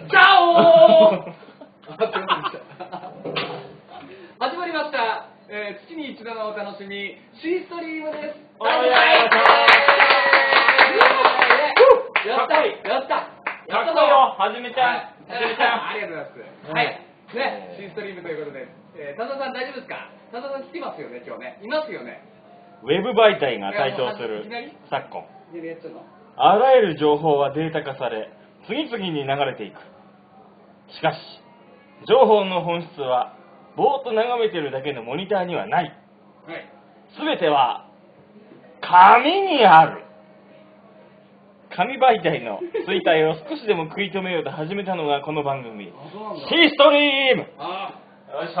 ー 始まりました、えー月に一度のお楽しみシーストリームですおーやったーやったかやったやっったこいいよ、はじめめちゃん。はじめちゃん。ありがとうございますははいいねシーストリームということで、えー、田田さん大丈夫ですか田田さん来てますよね今日ねいますよねウェブ媒体が台頭するいやもういき昨今でやっちゃうのあらゆる情報はデータ化され次々に流れていくしかし情報の本質はぼーっと眺めてるだけのモニターにはないはい全ては紙にある紙媒体の衰退を少しでも食い止めようと始めたのがこの番組あそうなんだシーストリームあよいしょー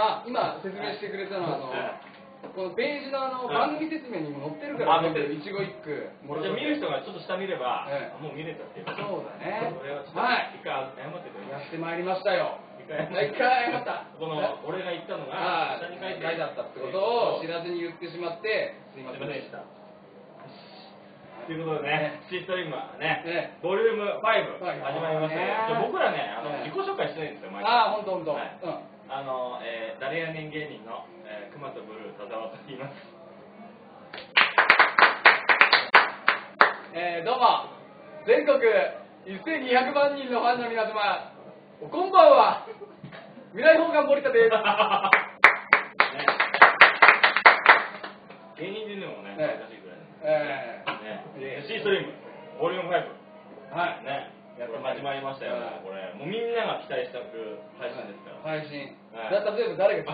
あ今説明してくれたのはあのこのページのあのうん番組説明にも載ってるからあ載ってる一期一句もらっじてゃあ見る人がちょっと下見れば、ええもう見れたっていうそうだね俺はちょっとはい一回謝ってくれやってまいりましたよ一一回回謝ったこのね俺が言ったのあがあ下に書いて大だったってことを知らずに言ってしまってすいすいまませせんんでしたということでね、シートリームはね、ねボリューム5始まはいりましたけどねじゃあ僕らね、あのね自己紹介してないんですよ、毎回ああほんとほんとはうんいあの、えー、誰やねん芸人の、えー、熊とブルー、田沢と言います。 えーどうも全国1200万人のファンの皆様おこんばんは未来方眼森田 です芸人でもね、ええ難しいぐらいなんでねえええ、シーストリーム、ボリューム5、ーはいね、やっと始まりましたよ、ねこれ、もうみんなが期待したく配信ですから。配信、はいだ例えば誰が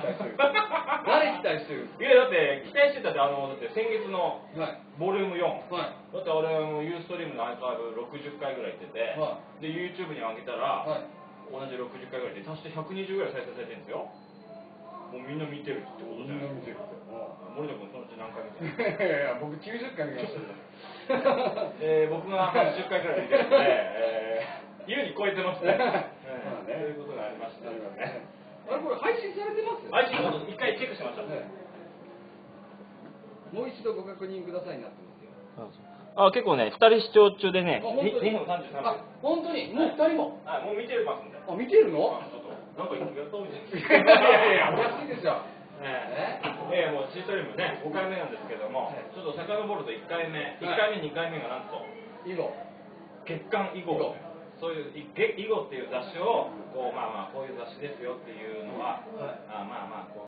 期待し てる誰期待しいや、だって、期待しててるたって、あの、だって先月のはいボリューム4。はだって俺もユーストリームのアーカイブ60回ぐらい行ってて、はで YouTube に上げたいら、はい同じ60回ぐらいで足して120ぐらい再生されてるんですよもうみんな見てるってことじゃないですか森田君そのうち何回見てるいやいや 僕90回見ましたよ えー、僕が80回ぐらい見てるんで、えー、優に超えてますね、 まあえー、ねそういうことがありましたなるほどねねあれこれ配信されてます配信の一回チェックしましょう、ねもう一度ご確認くださいになってますよあ結構ね2人視聴中でねあ本当に2分33秒あ本当にもう二人もあもう見てますんであ見てるのあちょっとなんかやったみたいですいやいやいやおかしいでしょねええもうチートリームね5回目なんですけども、はいちょっと遡ると1回目、い1回目2回目がなんと以後月刊囲囲碁碁そういういげ囲碁っていう雑誌をこうまあまあこういう雑誌ですよっていうのは、はいあまあまあこう